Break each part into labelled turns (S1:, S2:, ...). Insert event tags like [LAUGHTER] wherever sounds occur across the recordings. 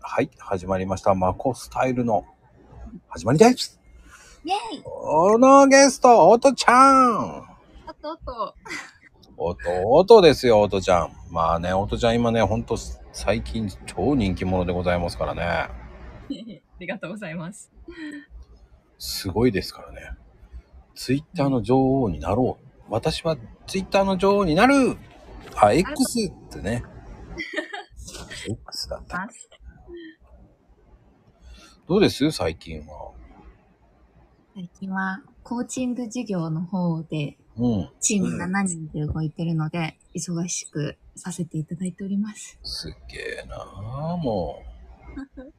S1: はい、始まりました。マコスタイルの始まりです。
S2: イェイ
S1: このゲスト、おとちゃん。
S2: あとあと。 [LAUGHS]
S1: おと、おとですよ、おとちゃん。まあね、おとちゃん今ね、ほんと最近超人気者でございますからね。
S2: ありがとうございます。
S1: すごいですからね。ツイッターの女王になろう。私はツイッターの女王になるあ、X ってね。X だった。
S2: ます
S1: どうです最近は。
S2: 最近は、コーチング事業の方で、
S1: うん。
S2: チーム7人で動いてるので、忙しくさせていただいております。
S1: すっげえなあもう。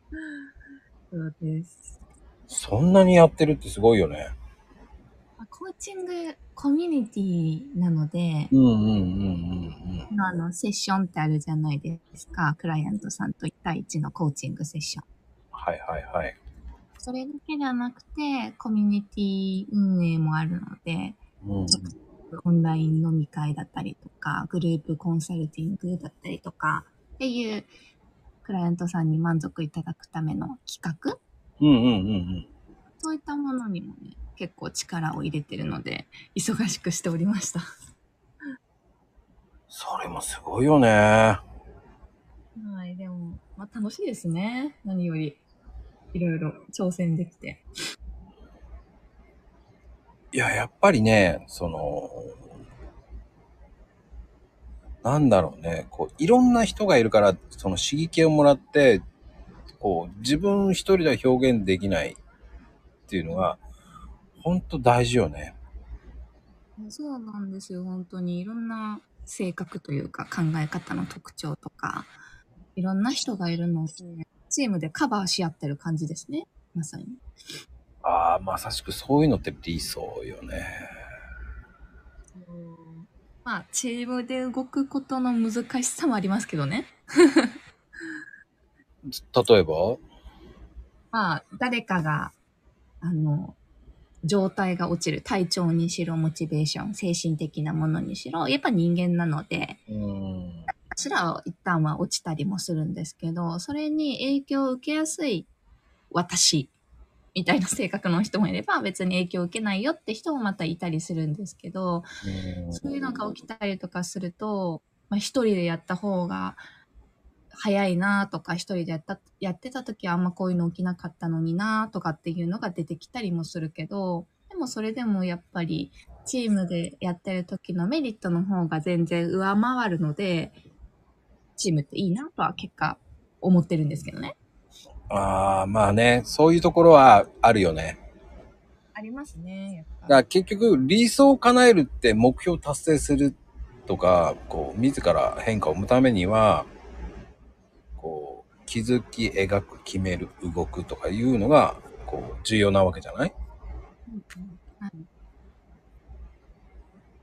S2: そうです。
S1: そんなにやってるってすごいよね。
S2: まあコーチングコミュニティなので、
S1: うんうんうんうん
S2: あの、セッションってあるじゃないですか。クライアントさんと1対1のコーチングセッション。
S1: はいはいはい。
S2: それだけではなくて、コミュニティ運営もあるので、
S1: うん
S2: オンライン飲み会だったりとか、グループコンサルティングだったりとか、っていうクライアントさんに満足いただくための企画、
S1: うんうんうん
S2: そういったものにもね、結構力を入れてるので、忙しくしておりました。
S1: それもすごいよね。
S2: はい、でも、まあ楽しいですね。何より。いろいろ挑戦できて。
S1: いや、やっぱりね、その、なんだろうね、こう、いろんな人がいるから、その刺激をもらって、こう、自分一人では表現できないっていうのが、ほんと大事よね。
S2: そうなんですよ、本当に。いろんな性格というか考え方の特徴とか、いろんな人がいるので、チームでカバーし合ってる感じですね。まさに。
S1: ああ、まさしくそういうのって理想よね。
S2: まあ、チームで動くことの難しさもありますけどね。
S1: 例えば
S2: まあ、誰かが、あの、状態が落ちる。体調にしろ、モチベーション、精神的なものにしろ、やっぱ人間なので、
S1: うん。
S2: 私らは一旦は落ちたりもするんですけど、それに影響を受けやすい私みたいな性格の人もいれば、別に影響を受けないよって人もまたいたりするんですけど、そういうのが起きたりとかすると、まあ、一人でやった方が早いなとか、一人でやった、やってた時はあんまこういうの起きなかったのになとかっていうのが出てきたりもするけど、でもそれでもやっぱりチームでやってる時のメリットの方が全然上回るので、チームっていいなとは結果思ってるんですけどね。
S1: ああ、まあね、そういうところはあるよね。
S2: ありますね、
S1: だから結局、理想を叶えるって目標を達成するとか、こう、自ら変化を生むためには、こう、気づき、描く、決める、動くとかいうのが、こう、重要なわけじゃない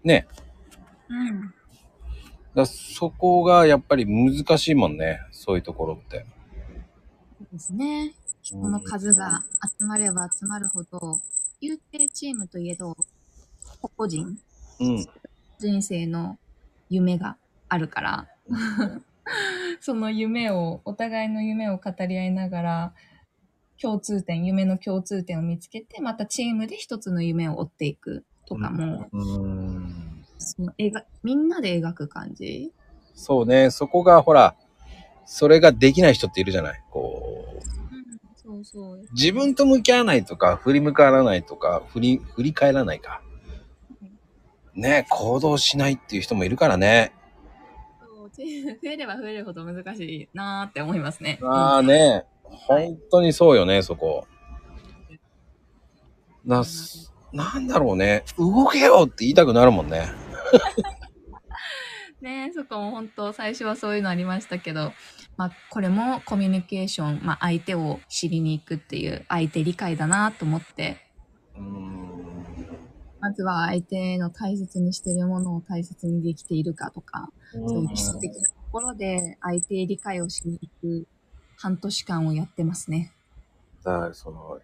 S1: ね。
S2: う
S1: だ
S2: ん。
S1: からそこがやっぱり難しいもんね、そういうところって。
S2: そうですね。
S1: こ
S2: この数が集まれば集まるほど、有定チームといえど、個々人、
S1: うん。
S2: 人生の夢があるから、 [LAUGHS] その夢を、お互いの夢を語り合いながら、共通点、夢の共通点を見つけて、またチームで一つの夢を追っていくとかも、
S1: うん。
S2: その映画みんなで描く感じ。
S1: そうね、そこがほら、それができない人っているじゃないこう、
S2: そうそう。
S1: 自分と向き合わないとか、振り向かわないとか、振り、振り返らないか。ね、行動しないっていう人もいるからね。
S2: チーム増えれば増えるほど難しいなーって思いますね。
S1: ああね、本当にそうよね、そこ。な、すなんだろうね、動けよって言いたくなるもんね。
S2: ねそこも本当最初はそういうのありましたけど、まあ、これもコミュニケーション、まあ、相手を知りに行くっていう相手理解だなと思って
S1: うーん
S2: まずは相手の大切にしてるものを大切にできているかとかそういう基礎的なところで相手理解をしに行く半年間をやってますね。
S1: だからその、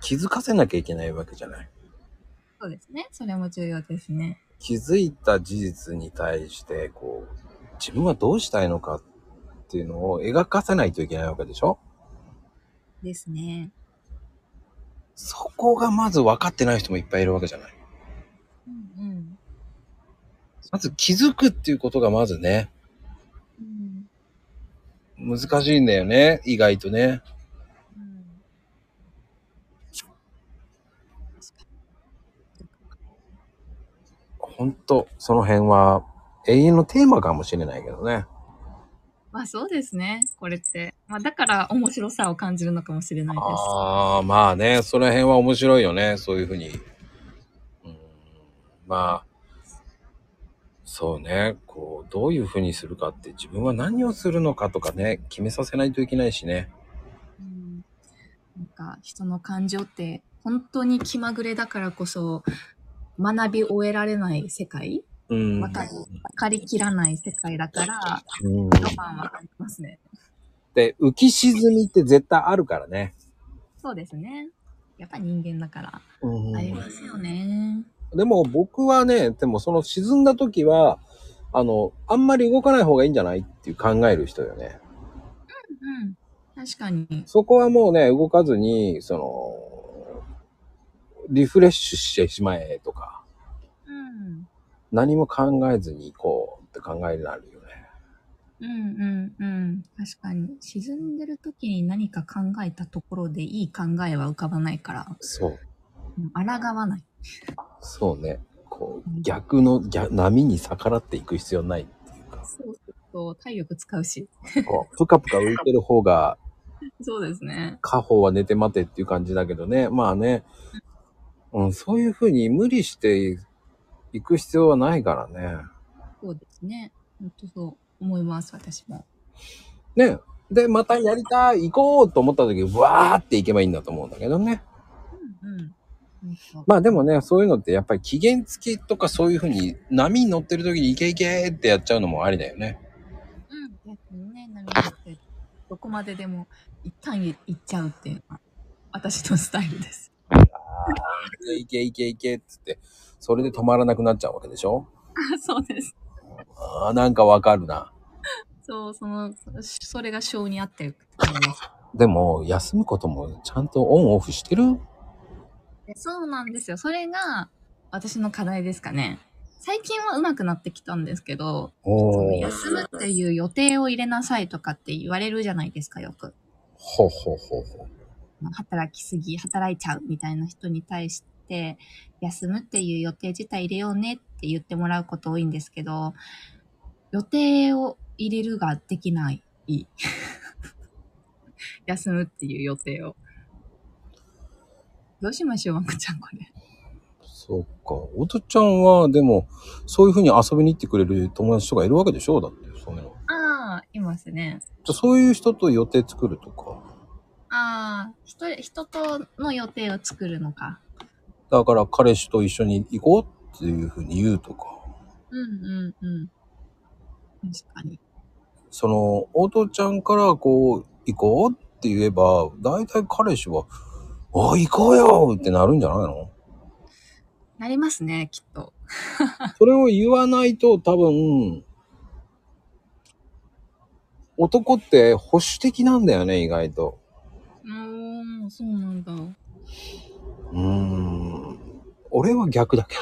S1: 気づかせなきゃいけないわけじゃない。
S2: そうですね。それも重要ですね。
S1: 気づいた事実に対して、こう、自分はどうしたいのかっていうのを描かせないといけないわけでしょ
S2: ですね。
S1: そこがまず分かってない人もいっぱいいるわけじゃない。
S2: うんうん。
S1: まず気づくっていうことがまずね、
S2: うん
S1: 難しいんだよね。意外とね。
S2: うん
S1: ほんと、その辺は永遠のテーマかもしれないけどね。
S2: まあそうですね、これって。まあだから面白さを感じるのかもしれないです。
S1: ああ、まあね、その辺は面白いよね。そういうふうに。うん、まあ、そうね。こう、どういうふうにするかって、自分は何をするのかとかね、決めさせないといけないしね。
S2: うんなんか人の感情って本当に気まぐれだからこそ学び終えられない世界
S1: うん。
S2: わかる分かりきらない世界だから
S1: うん。
S2: ロマンは感じますね。
S1: で、浮き沈みって絶対あるからね。
S2: そうですね。やっぱ人間だから
S1: うん
S2: ありますよね。
S1: でも僕はね、でもその沈んだ時は、あの、あんまり動かない方がいいんじゃないっていう考える人よね。
S2: うん。確かに。
S1: そこはもうね、動かずに、その、リフレッシュしてしまえとか、
S2: うん。
S1: 何も考えずに行こうって考えになるよね。
S2: うんうんうん。確かに。沈んでる時に何か考えたところでいい考えは浮かばないから、
S1: そう。
S2: うん抗わない。
S1: そうね。こう、逆の逆波に逆らっていく必要ないっていうか、
S2: そうすると体力使うし。
S1: こう、ぷかぷか浮いてる方が、
S2: そうですね。
S1: 家宝は寝て待てっていう感じだけどね。まあね、うん、そういうふうに無理していく必要はないからね。
S2: そうですね。本当そう思います、私も。
S1: ね。で、またやりたい、行こうと思った時、わーって行けばいいんだと思うんだけどね。
S2: うんうん。本
S1: まあでもね、そういうのってやっぱり期限付きとかそういうふうに波に乗ってる時に行け行けってやっちゃうのもありだよね。
S2: 当うん。逆にね、波打って、どこまででも一旦行っちゃうっていうのは、私のスタイルです。
S1: 行け行け行けって言って、それで止まらなくなっちゃうわけでしょ
S2: あ [LAUGHS] そうです。
S1: あーなんかわかるな。
S2: そう、その、それが性に合ってると思います。
S1: でも、休むこともちゃんとオンオフしてる
S2: でそうなんですよ。それが私の課題ですかね。最近は上手くなってきたんですけど、そ
S1: おー。
S2: の休むっていう予定を入れなさいとかって言われるじゃないですか、よく。
S1: ほうほうほうほう。
S2: 働きすぎ、働いちゃうみたいな人に対して、休むっていう予定自体入れようねって言ってもらうこと多いんですけど、予定を入れるができない。 [LAUGHS] 休むっていう予定を。どうしましょう、まこちゃん、これ。
S1: そっか。おとちゃんは、でも、そういうふうに遊びに行ってくれる友達とかいるわけでしょだって、そういうの。
S2: ああ、いますね。
S1: じゃあそういう人と予定作るとか。
S2: ああ、人、人との予定を作るのか。
S1: だから、彼氏と一緒に行こうっていうふうに言うとか。
S2: うんうんうん。確かに。
S1: その、おとちゃんから、こう、行こうって言えば、大体彼氏は、あ、行こうよってなるんじゃないの
S2: なりますね、きっと。
S1: それを言わないと多分、男って保守的なんだよね、意外と。
S2: うーん、そうなんだ。
S1: うーん。俺は逆だけど。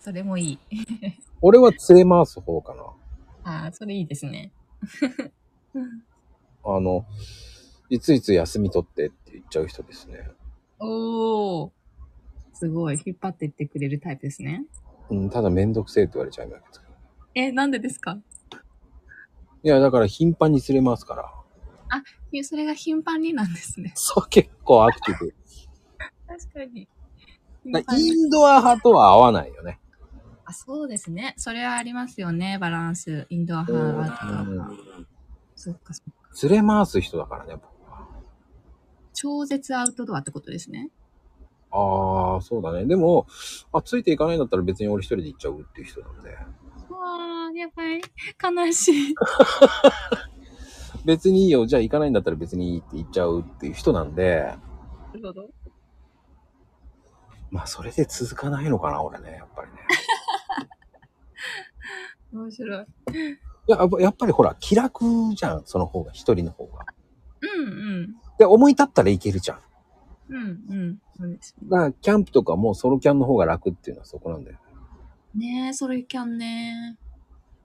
S2: それもいい。
S1: 俺は連れ回す方かな。
S2: ああ、それいいですね。
S1: あの、いついつ休み取ってって言っちゃう人ですね。
S2: おお。すごい。引っ張ってってくれるタイプですね。
S1: うん、ただめんどくせえって言われちゃうんだけど。
S2: え、なんでですか
S1: いや、だから頻繁に連れ回すから。
S2: いやそれが頻繁になんですね。
S1: そう、結構アクティブ。
S2: 確かに。
S1: だからインドア派とは合わないよね。
S2: あ、そうですね。それはありますよね。バランス。インドア
S1: う
S2: 派、アウトドア派。
S1: ん
S2: そっかそっか。
S1: 連れ回す人だからね、僕は。
S2: 超絶アウトドアってことですね。
S1: ああ、そうだね。でも、あ、ついていかないんだったら別に俺一人で行っちゃうっていう人なんで。
S2: わー、やばい。悲し [LAUGHS] い。
S1: 別にいいよ。じゃあ行かないんだったら別にいいって言っちゃうっていう人なんで、
S2: なるほど。
S1: まあそれで続かないのかな、俺ね、やっぱりね。 [LAUGHS]
S2: 面白い。
S1: いややっぱやっぱりほら、気楽じゃん、その方が、一人の方が。
S2: うんうん。
S1: で、思い立ったらいけるじゃん。
S2: うんうん。そうです
S1: だから、キャンプとかもソロキャンの方が楽っていうのはそこなんだよ。
S2: ねえ、ソロキャンね。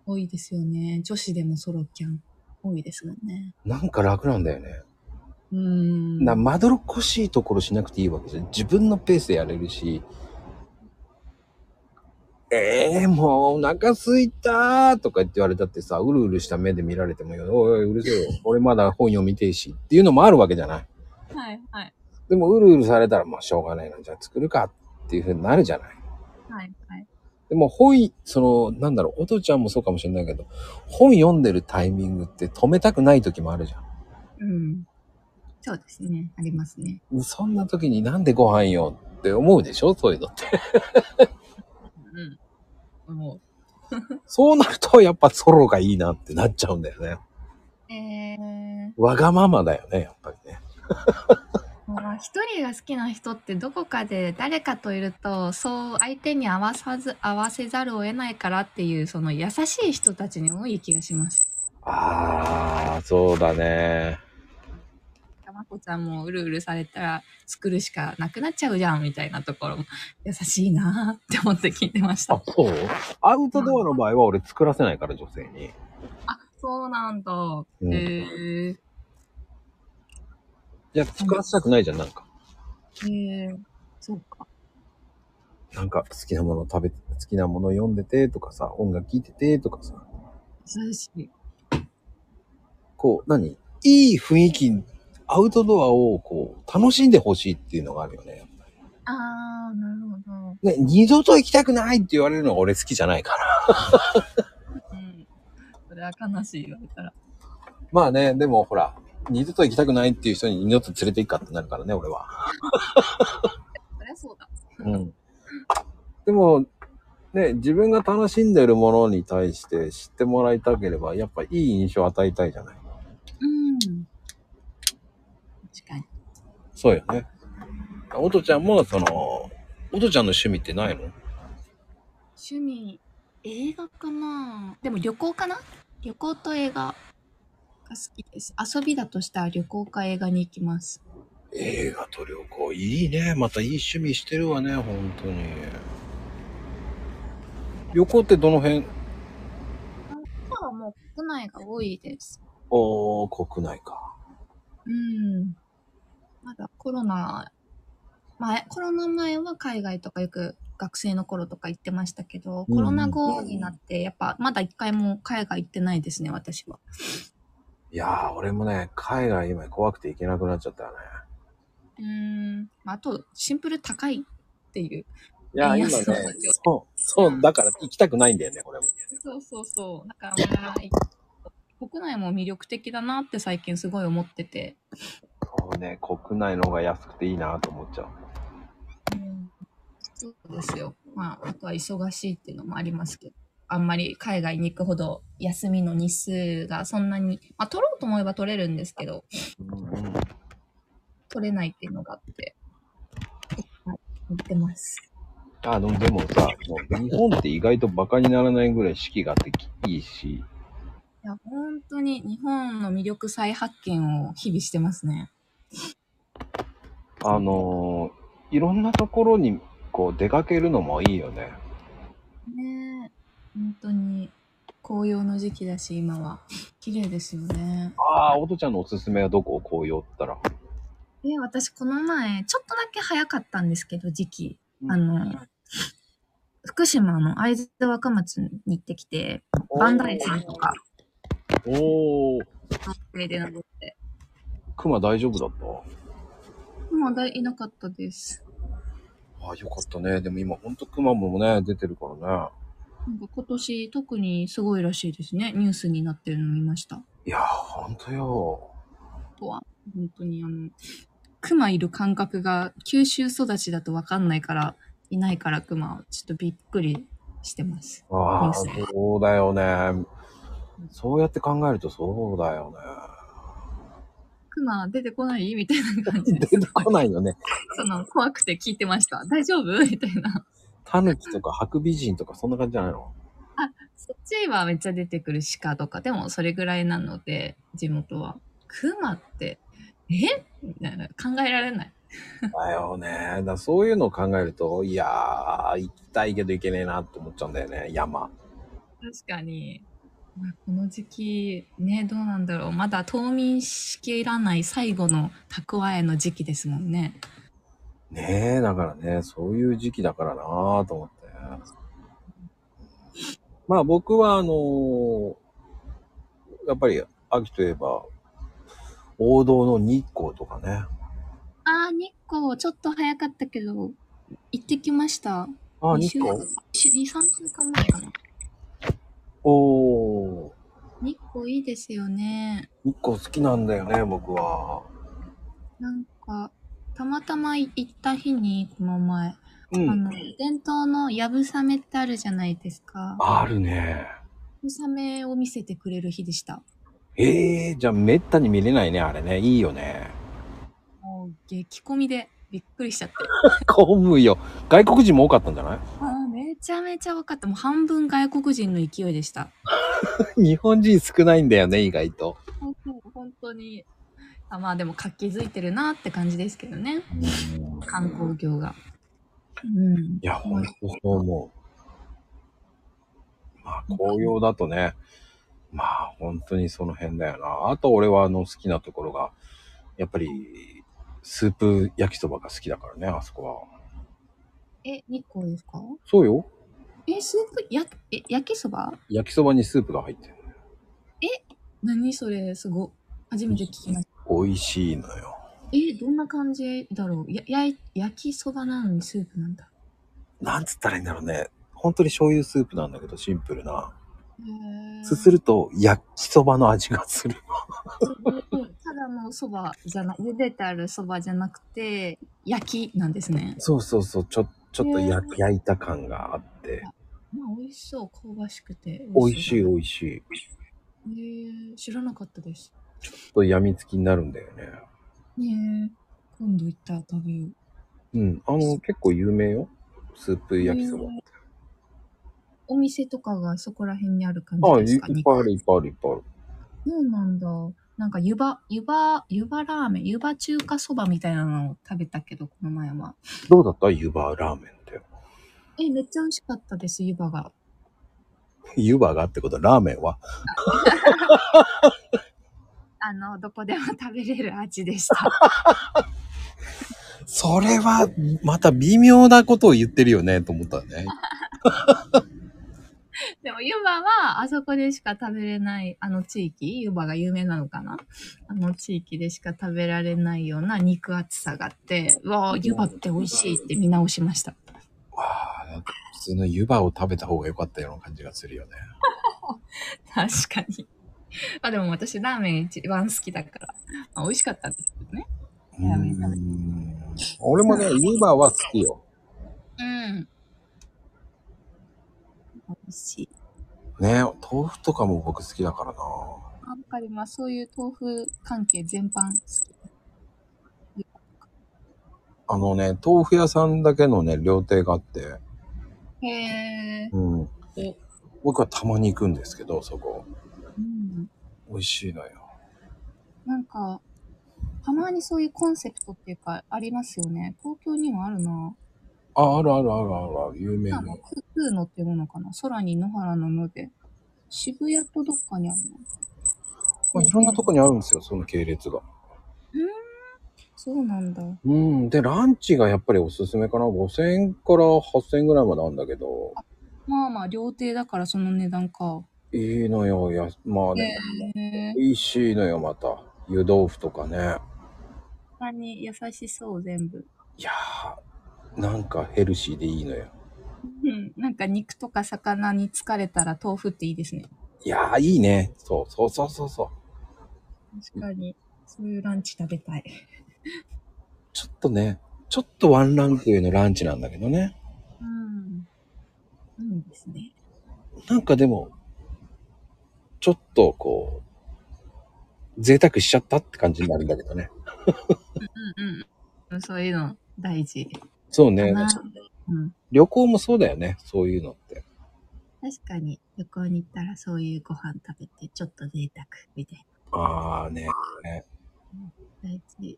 S2: 多いですよね。女子でもソロキャン多いですよね。
S1: なんか楽なんだよね。
S2: うーん。
S1: なまどろっこしいところしなくていいわけじゃん。自分のペースでやれるし。えー、もうお腹すいたーとか言って言われたってさ、うるうるした目で見られてもよ、おいおい、うるせえよ。俺まだ本読みてえし。っていうのもあるわけじゃない。
S2: はいはい。
S1: でも、うるうるされたら、まあ、しょうがないな。じゃあ作るかっていうふうになるじゃない。
S2: はいはい。
S1: でも、本、その、なんだろう、おとちゃんもそうかもしれないけど、本読んでるタイミングって止めたくない時もあるじゃん。
S2: うん。そうですね。ありますね。
S1: そんな時になんでご飯よって思うでしょそういうのって。
S2: うん。も
S1: そうなるとやっぱソロがいいなってなっちゃうんだよね。
S2: う。えー、
S1: わがままだよね、やっぱりね。
S2: まあ一人が好きな人ってどこかで誰かといると、そう相手に合わさず、合わせざるを得ないからっていう、その優しい人たちに多い気がします。
S1: ああ、そうだね。
S2: たまこちゃんもうるうるされたら作るしかなくなっちゃうじゃんみたいなところも優しいなーって思って聞いてました。
S1: あ、そうアウトドアの場合は俺作らせないから、女性に。
S2: あ、そうなんだ。
S1: ん
S2: へえ
S1: いや、作らせたくないじゃん、なんか。
S2: ー。へえー。そうか。
S1: なんか好きなもの食べて、好きなもの読んでてとかさ、音楽聴いててとかさ、
S2: 優しい。
S1: こう、何いい雰囲気、アウトドアをこう、楽しんでほしいっていうのがあるよね。
S2: あー、なるほ
S1: ね、二度と行きたくないって言われるのが俺好きじゃないから。
S2: ど。うん。それは悲しい言われたら。
S1: まあね、でもほら、二度と行きたくないっていう人に二度と連れて行くかってなるからね、俺は。
S2: そりゃそうだ。
S1: うん。でも、ね、自分が楽しんでるものに対して知ってもらいたければ、やっぱいい印象を与えたいじゃない。
S2: うん。確かに。
S1: そうよね。おとちゃんも、その、おとちゃんの趣味ってないの
S2: 趣味、映画かなでも旅行かな旅行と映画が好きです。遊びだとしたら旅行か映画に行きます。
S1: 映画と旅行、いいね。またいい趣味してるわね、本当に。旅行ってどの辺
S2: 今はもう国内が多いです。
S1: おー、国内か。
S2: うん。まだコロナ前、コロナ前は海外とかよく学生の頃とか行ってましたけど、
S1: うん
S2: コロナ後になって、やっぱまだ一回も海外行ってないですね、私は。
S1: いやー、俺もね、海外今怖くて行けなくなっちゃったよね。
S2: うん。まあ、あと、シンプル高いっていう。
S1: いや、
S2: いや
S1: 今ね
S2: そうなんですよ、
S1: そう、そう、だから行きたくないんだよね、これも。
S2: そうそうそう。だからまあ、国内も魅力的だなって最近すごい思ってて。
S1: そうね、国内の方が安くていいなと思っちゃう。
S2: そうですよ。まあ、あとは忙しいっていうのもありますけど、あんまり海外に行くほど休みの日数がそんなに、まあ、取ろうと思えば取れるんですけど、
S1: うん、
S2: 取れないっていうのがあって、はい、行ってます。
S1: あの、でもさ、もう日本って意外とバカにならないぐらい四季があってきいいし、
S2: いや、本当に日本の魅力再発見を日々してますね。
S1: あのーいろんなところにこう出かけるのもいいよね。
S2: ねえ、本当に紅葉の時期だし、今は。綺麗ですよね。
S1: ああ、おとちゃんのおすすめはどこ紅葉って言ったら。
S2: え、私この前、ちょっとだけ早かったんですけど、時期。
S1: うん
S2: あの、福島の会津若松に行ってきて、バンダイさんとか、
S1: おー、
S2: 撮影で登って。
S1: 熊大丈夫だった
S2: まだいなかったです。
S1: ああ、よかったね。でも今ほんと熊もね、出てるからね。
S2: なんか今年特にすごいらしいですね。ニュースになってるの見ました。
S1: いやー、ほんとよ。
S2: あとは、本当にあの、熊いる感覚が九州育ちだとわかんないから、いないから熊はちょっとびっくりしてます。
S1: ああ、
S2: ニュー
S1: そうだよね。そうやって考えるとそうだよ
S2: 熊出てこないみたいな感じ
S1: ね。
S2: [LAUGHS] で
S1: 出 [LAUGHS]
S2: す
S1: て。こないよね。
S2: その、怖くて聞いてました。大丈夫みたいな。
S1: タヌキとかハクビシンとかそんな感じじゃないの
S2: そっちはめっちゃ出てくる鹿とか、でもそれぐらいなので、地元は。熊って、えみたいな考えられない。
S1: だよね。だからそういうのを考えると、いやー、行きたいけど行けねえなって思っちゃうんだよね、山。
S2: 確かに、まあこの時期ねどうなんだろうまだ冬眠しきらない最後の蓄えの時期ですもんね。
S1: ねえ、だからね、そういう時期だからなーと思って。まあ僕は、あのーやっぱり秋といえば、王道の日光とかね。
S2: あー日光ちょっと早かったけど行ってきました。
S1: あ、
S2: 二
S1: 日
S2: 週
S1: 光
S2: 二三週間前かな。
S1: おー、
S2: 日光いいですよね。
S1: 日光好きなんだよね、僕は。
S2: なんかたまたま行った日にこの前、
S1: う
S2: あ
S1: ん。
S2: の伝統のやぶさめってあるじゃないですか。や
S1: あるね。
S2: ぶさめを見せてくれる日でした。
S1: ええじゃあめったに見れないね、あれね。いいよね。
S2: もう激込みでびっくりしちゃって。
S1: 混むよ。外国人も多かったんじゃない [LAUGHS]
S2: あーめちゃめちゃ分かった。もう半分外国人の勢いでした。
S1: 日本人少ないんだよね、意外と。
S2: 本当に。あまあでも活気づいてるなって感じですけどね。観光業が。うん
S1: い。や、ほんとそう思う。まあ、紅葉だとね、まあ、本当にその辺だよな。あと、俺はあの、好きなところが、やっぱり、スープ焼きそばが好きだからね、あそこは。
S2: え、日光ですか
S1: そうよ。
S2: え、スープ、や、え、焼きそば
S1: 焼きそばにスープが入ってる。
S2: 何それ、すご。初めて聞きました。
S1: 美味しいのよ。
S2: え、どんな感じだろうや、やい、焼きそばなのにスープなんだ。
S1: なんつったらいいんだろうね。本当に醤油スープなんだけど、シンプルな。
S2: へー
S1: すすると、焼きそばの味がする。
S2: うんただのそばじゃな、茹でてあるそばじゃなくて、焼きなんですね。
S1: そうそうそう、ちょ、ちょっと
S2: へ
S1: や
S2: ー
S1: 焼いた感があって、
S2: まあ、美味しそう、香ばしくて。
S1: 美味しい
S2: へ
S1: 美味しい。
S2: え知らなかったです。
S1: ちょっと病みつきになるんだよね。
S2: ねえ今度行ったら食べよう。
S1: うん、あの、結構有名よ。スープ焼きそば。
S2: へえお店とかがそこら辺にある感
S1: ああ、い
S2: じですか
S1: いっぱいある、いっ
S2: 肉
S1: ぱいある、いっぱいある。
S2: そうなんだ。なんか湯葉、湯葉、湯葉ラーメン、湯葉中華そばみたいなのを食べたけど、この前は。
S1: どうだった湯葉ラーメンって。
S2: え、めっちゃ美味しかったです、湯葉が。
S1: 湯葉がってことは、ラーメンは
S2: あの、どこでも食べれる味でした。
S1: それは、また微妙なことを言ってるよね、と思ったね。
S2: でも、湯葉は、あそこでしか食べれない、あの地域、湯葉が有名なのかなあの地域でしか食べられないような肉厚さがあって、うわあ、湯葉って美味しいって見直しました。
S1: わあ、なんか普通の湯葉を食べた方が良かったような感じがするよね。
S2: 確かに。あ、でも私、ラーメン一番好きだから、まあ、美味しかったんですけどね。
S1: う
S2: ラーメン食べ
S1: ん。俺もね、湯葉は好きよ。
S2: うん。美味しい。
S1: ね、豆腐とかも僕好きだからな。
S2: あわかります。そういう豆腐関係全般好き。
S1: あのね、豆腐屋さんだけのね、料亭があって、
S2: へえ。
S1: うん
S2: え。
S1: 僕はたまに行くんですけど、そこ。
S2: うん
S1: 美味しいのよ。
S2: なんか、たまにそういうコンセプトっていうか、ありますよね。東京にもあるな。
S1: あ、あるあるあるあるある、有名
S2: な。
S1: なん
S2: か、空空のっていうものかな。空に野原のので。渋谷とどっかにあるの。
S1: まあ、いろんなとこにあるんですよ、その系列が。
S2: そうなんだ。
S1: うん。で、ランチがやっぱりおすすめかな。5000円から8000円ぐらいまであるんだけど、
S2: まあまあ、料亭だからその値段か。
S1: いいのよ。やまあ
S2: へ
S1: ね、
S2: え。
S1: 美味しいのよ、また。湯豆腐とかね。
S2: 他に優しそう、全部。
S1: いやー、なんかヘルシーでいいのよ。
S2: うん。なんか肉とか魚に疲れたら豆腐っていいですね。
S1: いやー、いいね。そうそうそうそうそう。
S2: 確かに。そういうランチ食べたい。
S1: ちょっとね、ちょっとワンランク上のランチなんだけどね。
S2: うん。いいですね。
S1: なんかでも、ちょっとこう、贅沢しちゃったって感じになるんだけどね。
S2: うんうん。そういうの大事。
S1: そう
S2: か
S1: ね。
S2: なうん。
S1: 旅行もそうだよね。そういうのって。
S2: 確かに旅行に行ったらそういうご飯食べてちょっと贅沢みたい
S1: ああね。
S2: 大事。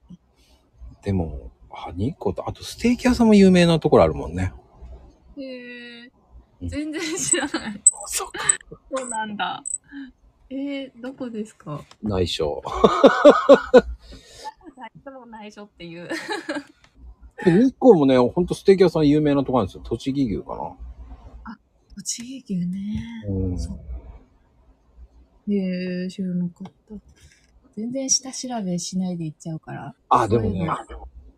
S1: でも、ハニーコと、あとステーキ屋さんも有名なところあるもんね。
S2: へえ
S1: うん
S2: 全然知らない。
S1: そ
S2: そうなんだ。えー、どこですか
S1: 内緒。
S2: いつも内緒っていう。
S1: で日光もね、ほんとステーキ屋さん有名なとこあるんですよ。栃木牛かな。
S2: 栃木牛ね。
S1: うん。
S2: そうへえ知らなかった。全然下調べしないで行っちゃうから。
S1: あ、でも
S2: そういう
S1: ね、
S2: の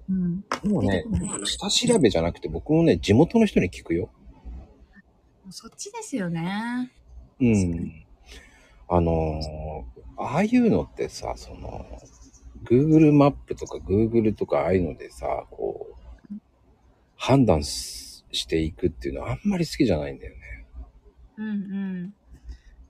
S2: うん。
S1: でもね、
S2: 出てこない
S1: 下調べじゃなくて僕もね、地元の人に聞くよ。
S2: そっちですよね。
S1: う
S2: 確か
S1: ん。あのーああいうのってさ、その、Google マップとか Google とかああいうのでさ、こう、判断すしていくっていうのはあんまり好きじゃないんだよね。
S2: うんうん。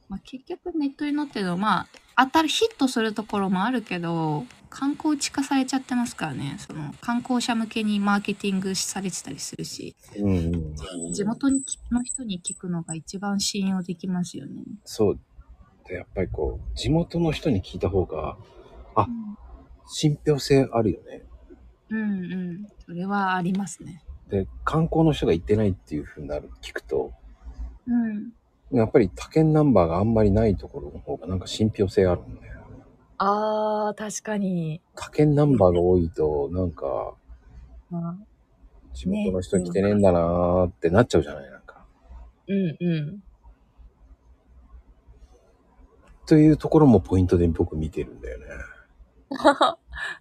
S2: まあ、結局ネットに載ってるのまあ当たるヒットするところもあるけど観光地化されちゃってますからねその観光者向けにマーケティングされてたりするし
S1: うんうん。
S2: 地元にの人に聞くのが一番信用できますよね。
S1: そう。でやっぱりこう、地元の人に聞いた方があ信憑性あるよね。
S2: うんうん。それはありますね。
S1: で、観光の人が行ってないっていうふうになる、聞くと、
S2: うん。
S1: やっぱり他県ナンバーがあんまりないところの方がなんか信憑性あるんだよ。
S2: ああ、確かに。
S1: 他県ナンバーが多いと、なんか、
S2: うん
S1: 地元の人来てねえんだなーってなっちゃうじゃない、なんか。
S2: うん。
S1: というところもポイントで僕見てるんだよね。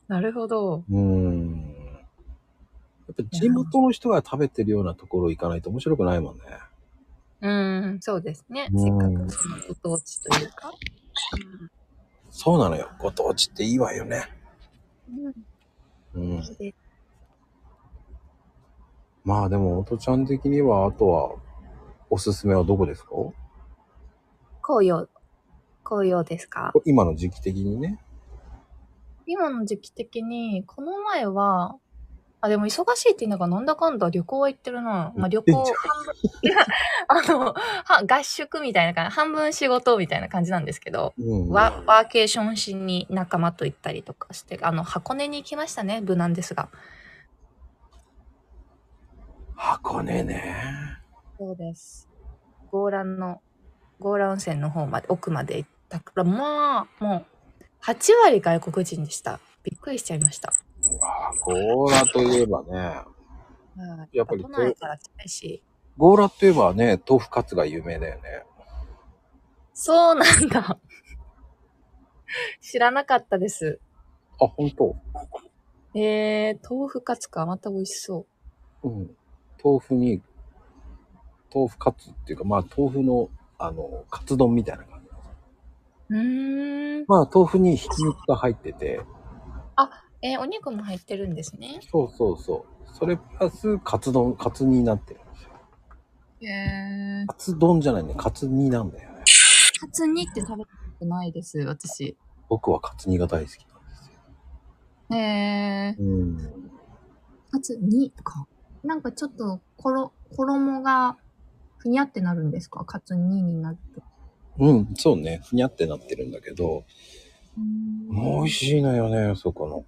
S2: なるほど。
S1: うーん。やっぱ地元の人が食べてるようなところ行かないと面白くないもんね。
S2: うん、そうですね。
S1: うん
S2: せっかくそのご当地というか。
S1: そうなのよ。ご当地っていいわよね。
S2: うん
S1: うん。
S2: で
S1: まあでも、おとちゃん的には、あとは、おすすめはどこですか
S2: 紅葉、紅葉ですか
S1: 今の時期的にね。
S2: 今の時期的に、この前は、あ、でも忙しいって言いながらなんだかんだ旅行は行ってるな。まあ、旅行、
S1: 行ってん
S2: 半分、 [LAUGHS] あの、は合宿みたいな感じ、半分仕事みたいな感じなんですけど、
S1: うん
S2: ワワーケーションしに仲間と行ったりとかして、あの、箱根に行きましたね、無難ですが。
S1: 箱根ね。
S2: そうです。強蘭の、強蘭温泉の方まで、奥まで行ったから、まあ、もう、8割外国人でした。びっくりしちゃいました。
S1: うわゴーラといえばね、
S2: はい
S1: やっぱり
S2: 都内から近いし。
S1: ゴーラといえばね、豆腐カツが有名だよね。
S2: そうなんだ。 [LAUGHS] 知らなかったです。
S1: あ、本当。
S2: えー、豆腐カツか。また美味しそ
S1: うん。豆腐に、豆腐カツっていうか、まあ豆腐の、あの、カツ丼みたいな感じ。
S2: う。うーん。
S1: まあ豆腐にひき肉が入ってて、
S2: えーお肉も入ってるんですね。
S1: そうそうそう。それプラス、カツ丼、カツになってるんですよ。
S2: えー、
S1: カツ丼じゃないね、カツ煮なんだよね。
S2: カツ煮って食べたことないです、私。
S1: 僕はカツ煮が大好きなんですよ。
S2: えー、
S1: うん。
S2: カツ煮か。なんかちょっと、ころ、衣が、ふにゃってなるんですかカツ煮になると。
S1: うん、そうね。ふにゃってなってるんだけど、もう美味しいのよね、そこの。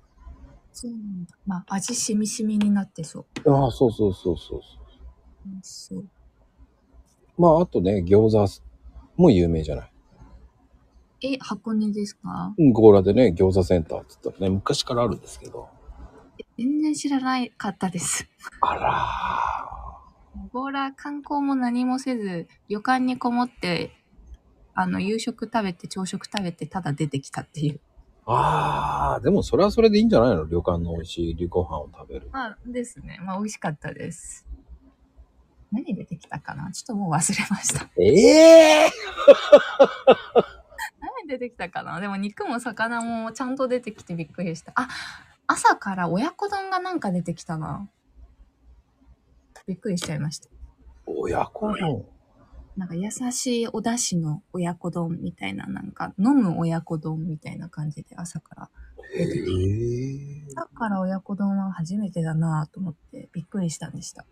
S2: そうなんだ。まあ、味しみしみになってそう。
S1: ああ、そうそうそうそうそう。
S2: 美味しそう。
S1: まあ、あとね、餃子も有名じゃない。
S2: え、箱根ですか
S1: うんゴーラでね、餃子センターって言ったらね、昔からあるんですけど。
S2: 全然知らないかったです。
S1: あ
S2: ゴーラ観光も何もせず、旅館にこもって、あの、夕食食べて、朝食食べて、ただ出てきたっていう。
S1: らー。ああ、でもそれはそれでいいんじゃないの旅館の美味しい旅行飯を食べる。
S2: まあ、ですね。まあ、美味しかったです。何出てきたかなちょっともう忘れました。
S1: ええ
S2: [LAUGHS] 何出てきたかなでも肉も魚もちゃんと出てきてびっくりした。あ、朝から親子丼がなんか出てきたな。びっくりしちゃいました。
S1: 親子丼。
S2: なんか優しいお出汁の親子丼みたいな、なんか飲む親子丼みたいな感じで朝から。
S1: ええー。
S2: 朝から親子丼は初めてだなと思ってびっくりしたんでした。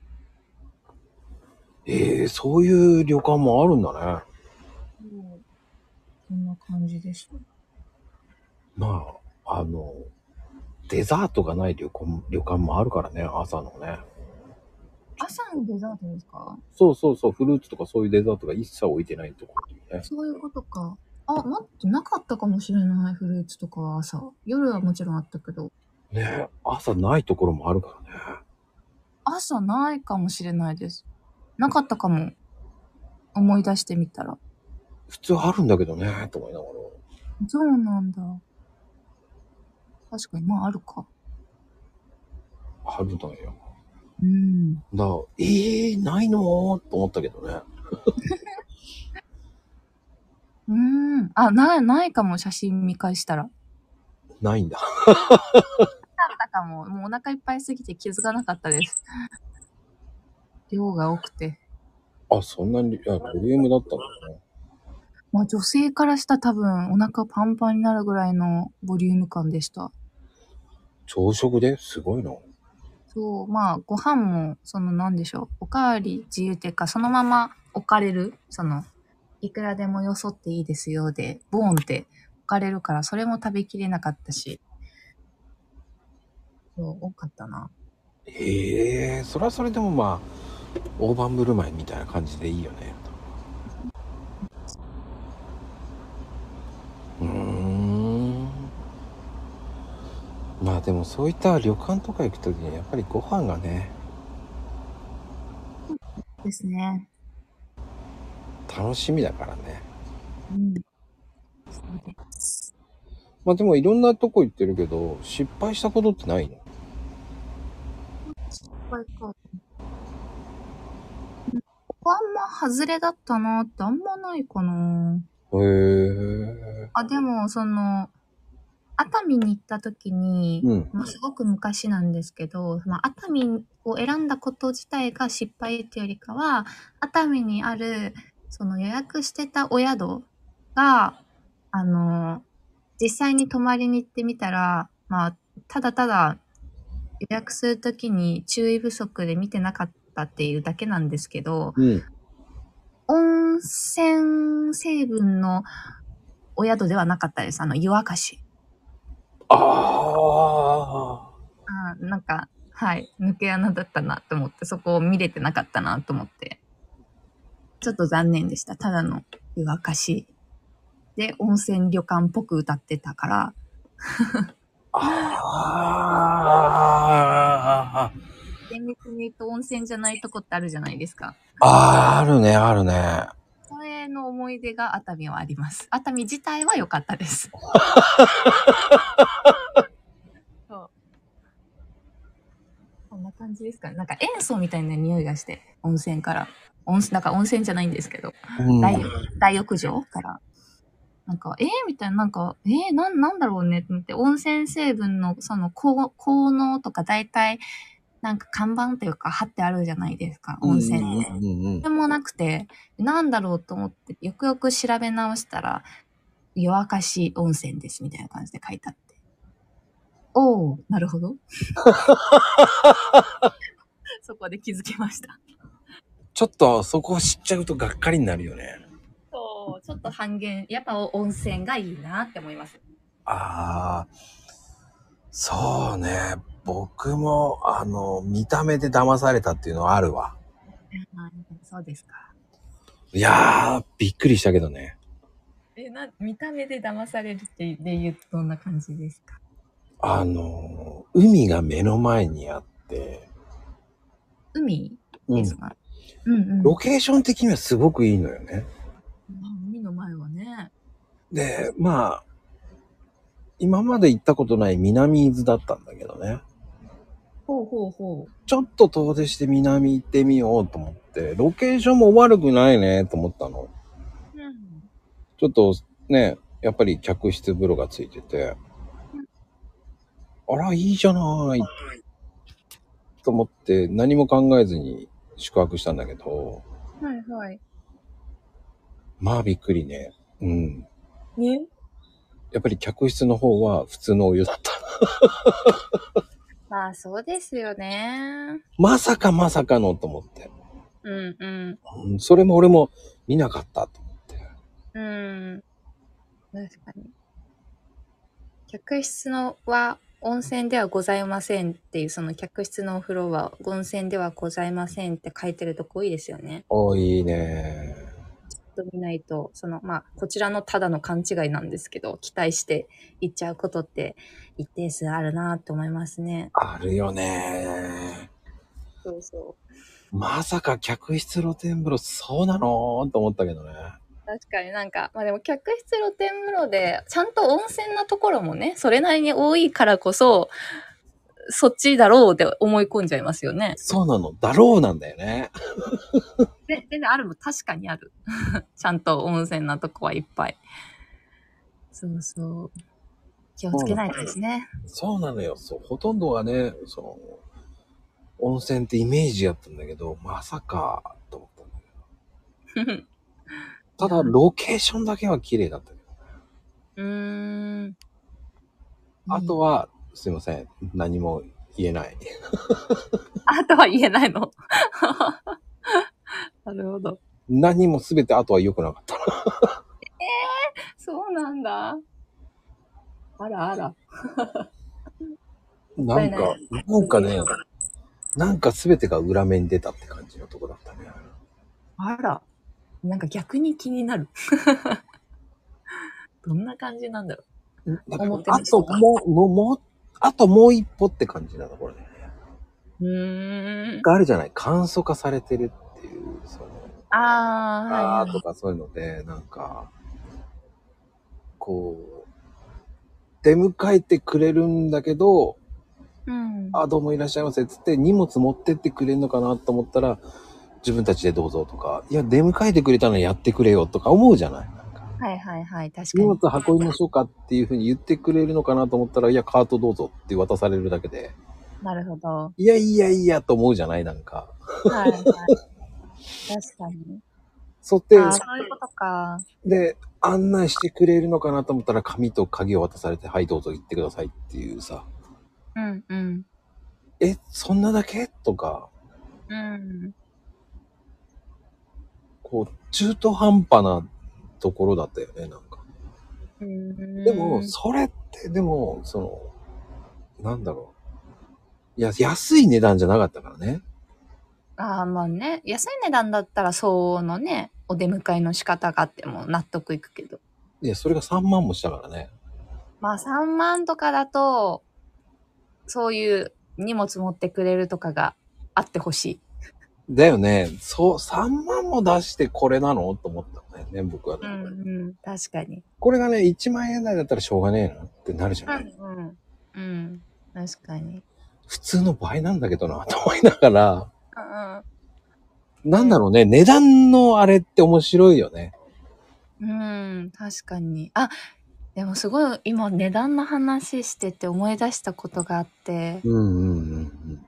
S1: ええそういう旅館もあるんだね。
S2: そんな感じでした。
S1: まあ、あの、デザートがない旅館旅館もあるからね、朝のね。
S2: 朝のデザートですか
S1: そうそうそう、フルーツとかそういうデザートが一切置いてないとこっていうね。
S2: そういうことか。あ、待って、なかったかもしれない、フルーツとかは朝。夜はもちろんあったけど、
S1: ね朝ないところもあるからね。
S2: 朝ないかもしれないです。なかったかも。思い出してみたら。
S1: 普通あるんだけどね、と思いながら。
S2: そうなんだ。確かに、まああるか。
S1: あるのよ。
S2: うん。
S1: だからえー、ないのと思ったけどね。
S2: うん。あ、ない、ないかも、写真見返したら。
S1: ないんだ。
S2: あったかも。もうお腹いっぱいすぎて気づかなかったです。量が多くて。
S1: あ、そんなに、いや、ボリュームだったんだね。
S2: まあ女性からしたら多分お腹パンパンになるぐらいのボリューム感でした。
S1: 朝食ですごいの。
S2: そう、まあご飯もそのなんでしょう、おかわり自由っていうかそのまま置かれる、その、いくらでもよそっていいですよで、ボーンって置かれるからそれも食べきれなかったし。そう、多かったな。
S1: ええー、それはそれでもまあ、大盤振る舞いみたいな感じでいいよね。うーん。まあでもそういった旅館とか行くときにやっぱりご飯がね、
S2: ですね。
S1: 楽しみだからね。
S2: うん。そうです。
S1: まあでもいろんなとこ行ってるけど、失敗したことってないの
S2: 失敗か。ここあんま外れだったなってあんまないかな。
S1: へえ。
S2: あ、でも、その、熱海に行った時に、
S1: うん。
S2: まあ、すごく昔なんですけど、まあ、熱海を選んだこと自体が失敗っていうよりかは、熱海にある、その予約してたお宿が、あの、実際に泊まりに行ってみたら、まあ、ただただ予約するときに注意不足で見てなかったっていうだけなんですけど、
S1: うん。
S2: 温泉成分のお宿ではなかったです。あの、湯沸かし。
S1: ああ。
S2: あーなんか、はい、抜け穴だったなと思って、そこを見れてなかったなと思って、ちょっと残念でした。ただの湯沸かし。で、温泉旅館っぽく歌ってたから、
S1: ああ。
S2: 厳密に言うと温泉じゃないとこってあるじゃないですか。
S1: あーあるね、あるね。
S2: それの思い出が熱海はあります。熱海自体は良かったです。そうこんな感じですかね。なんか塩素みたいな匂いがして、温泉から。温泉、なんか温泉じゃないんですけど。
S1: うん
S2: 大大浴場から。なんか、えー、みたいな、なんか、えー、なん、なんだろうねって思って、温泉成分の、その、効効能とか、大体、なんか看板っていうか、貼ってあるじゃないですか、温泉で。
S1: うんうん
S2: でもなくて、なんだろうと思って、よくよく調べ直したら、夜明かし温泉ですみたいな感じで書いてあって。おおなる
S1: [LAUGHS]
S2: ほど。そこで気づきました。
S1: ちょっとそこを知っちゃうとがっかりになるよね。
S2: そう、ちょっと半減、やっぱ温泉がいいなって思います。
S1: ああ。そうね。僕も、あの、見た目で騙されたっていうのはあるわ。
S2: そうですか。
S1: いやー、びっくりしたけどね。
S2: え、な、見た目で騙されるってで言うとどんな感じですか
S1: あの、海が目の前にあって、
S2: 海
S1: う
S2: です
S1: ん、
S2: か、うん、うんうん
S1: ロケーション的にはすごくいいのよね。
S2: 海の前はね。
S1: で、まあ、今まで行ったことない南伊豆だったんだけどね。
S2: ほうほうほう。
S1: ちょっと遠出して南行ってみようと思って、ロケーションも悪くないねと思ったの。
S2: うん。
S1: ちょっとね、やっぱり客室風呂がついてて、あら、いいじゃない。と思って何も考えずに宿泊したんだけど、
S2: はいはい。
S1: まあびっくりね。うん。
S2: ね
S1: やっぱり客室の方は普通のお湯だった。
S2: まあそうですよね。
S1: まさかまさかのと思って。
S2: うんう
S1: うん、それも俺も見なかったと思って。
S2: ん。うん。確かに。客室のは温泉ではございませんっていう、その客室のお風呂は温泉ではございませんって書いてるとこ多いですよね。
S1: おーいいね。
S2: ちょっと見ないと、その、まあ、こちらのただの勘違いなんですけど、期待して行っちゃうことって一定数あるなと思いますね。
S1: あるよね。
S2: そうそう。
S1: まさか客室露天風呂そうなのと思ったけどね。
S2: 確かになんか、まあでも客室露天風呂で、ちゃんと温泉なところもね、それなりに多いからこそ、そっちだろうって思い込んじゃいますよね。
S1: そうなの。だろうなんだよね。
S2: で、で、あるも確かにある。 [LAUGHS] ちゃんと温泉なとこはいっぱい。そうそう。気をつけないとですね。
S1: そうなのよ。そう。ほとんどはね、その、温泉ってイメージやったんだけど、まさか、と思ったんだけ
S2: [LAUGHS] う
S1: ど。ただ、ロケーションだけは綺麗だったけど。
S2: ーん。
S1: あとは、すいません。何も言えない。
S2: あとは言えないの。 [LAUGHS] なるほど。
S1: 何も全てあとは良くなかった。
S2: そうなんだ。あらあら。
S1: なんか、なんかね、なんか全てが裏目に出たって感じのとこだったね。
S2: あら。なんか逆に気になる。 [LAUGHS] どんな感じなんだろ
S1: だ
S2: 思って
S1: あ
S2: ました
S1: ともう、もう、もう、あともう一歩って感じなの、これね。
S2: う。うーん。
S1: があるじゃない、簡素化されてるっていう、その、
S2: あー、はい
S1: あ
S2: はい
S1: ーとかそういうので、なんか、こう、出迎えてくれるんだけど、
S2: うん。
S1: あ、どうもいらっしゃいませっつって荷物持ってってくれるのかなと思ったら、自分たちでどうぞとか、いや、出迎えてくれたのやってくれよとか思うじゃない。なんか
S2: はいはいはい。確か
S1: 荷
S2: に。
S1: 物運びましょうかっていうふうに言ってくれるのかなと思ったら、いや、カートどうぞって渡されるだけで、
S2: なるほど。
S1: いやいやいやと思うじゃないなんか。
S2: はい [LAUGHS] はい。確かに。
S1: そって、
S2: あーそういうことか。
S1: で、案内してくれるのかなと思ったら、紙と鍵を渡されて、はい、どうぞ行ってくださいっていうさ、
S2: うんうん。
S1: え、そんなだけとか、
S2: うん。
S1: こう、中途半端なところだったよね、なんか。
S2: うーん
S1: でも、それって、でも、その、なんだろう。いや、安い値段じゃなかったからね。
S2: ああまあね安い値段だったら相応のねお出迎えの仕方があっても納得いくけど
S1: いや、それが3万もしたからね。
S2: まあ3万とかだとそういう荷物持ってくれるとかがあってほしい
S1: だよね。そう、3万も出してこれなのと思ったのね、僕はね、
S2: うん確かに
S1: これがね、1万円台だったらしょうがねえなってなるじゃ
S2: う
S1: ない。
S2: んうんうん確かに
S1: 普通の倍なんだけどな、と思いながら、
S2: うん
S1: なんだろうね、値段のあれって面白いよね。
S2: うん、うん、確かにあでもすごい今値段の話してて思い出したことがあって
S1: うんうんうん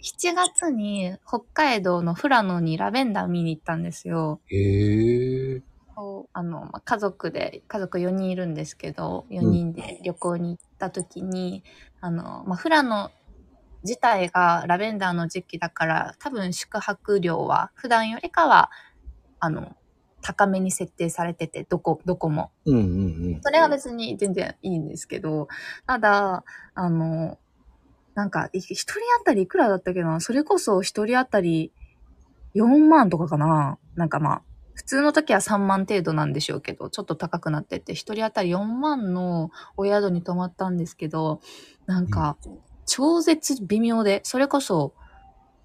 S2: 7月に北海道の富良野にラベンダー見に行ったんですよ。
S1: うん。へえ。
S2: そうあの、まあ、家族で家族4人いるんですけど4人で旅行に行った時に、あの、まあ、富良野自体がラベンダーの時期だから多分宿泊料は普段よりかはあの高めに設定されててどこどこも
S1: うんうん
S2: それは別に全然いいんですけどただあのなんかい一人当たりいくらだったっけなそれこそ一人当たり4万とかかななんかまあ普通の時は3万程度なんでしょうけどちょっと高くなってて一人当たり4万のお宿に泊まったんですけどなんか超絶微妙でそれこそ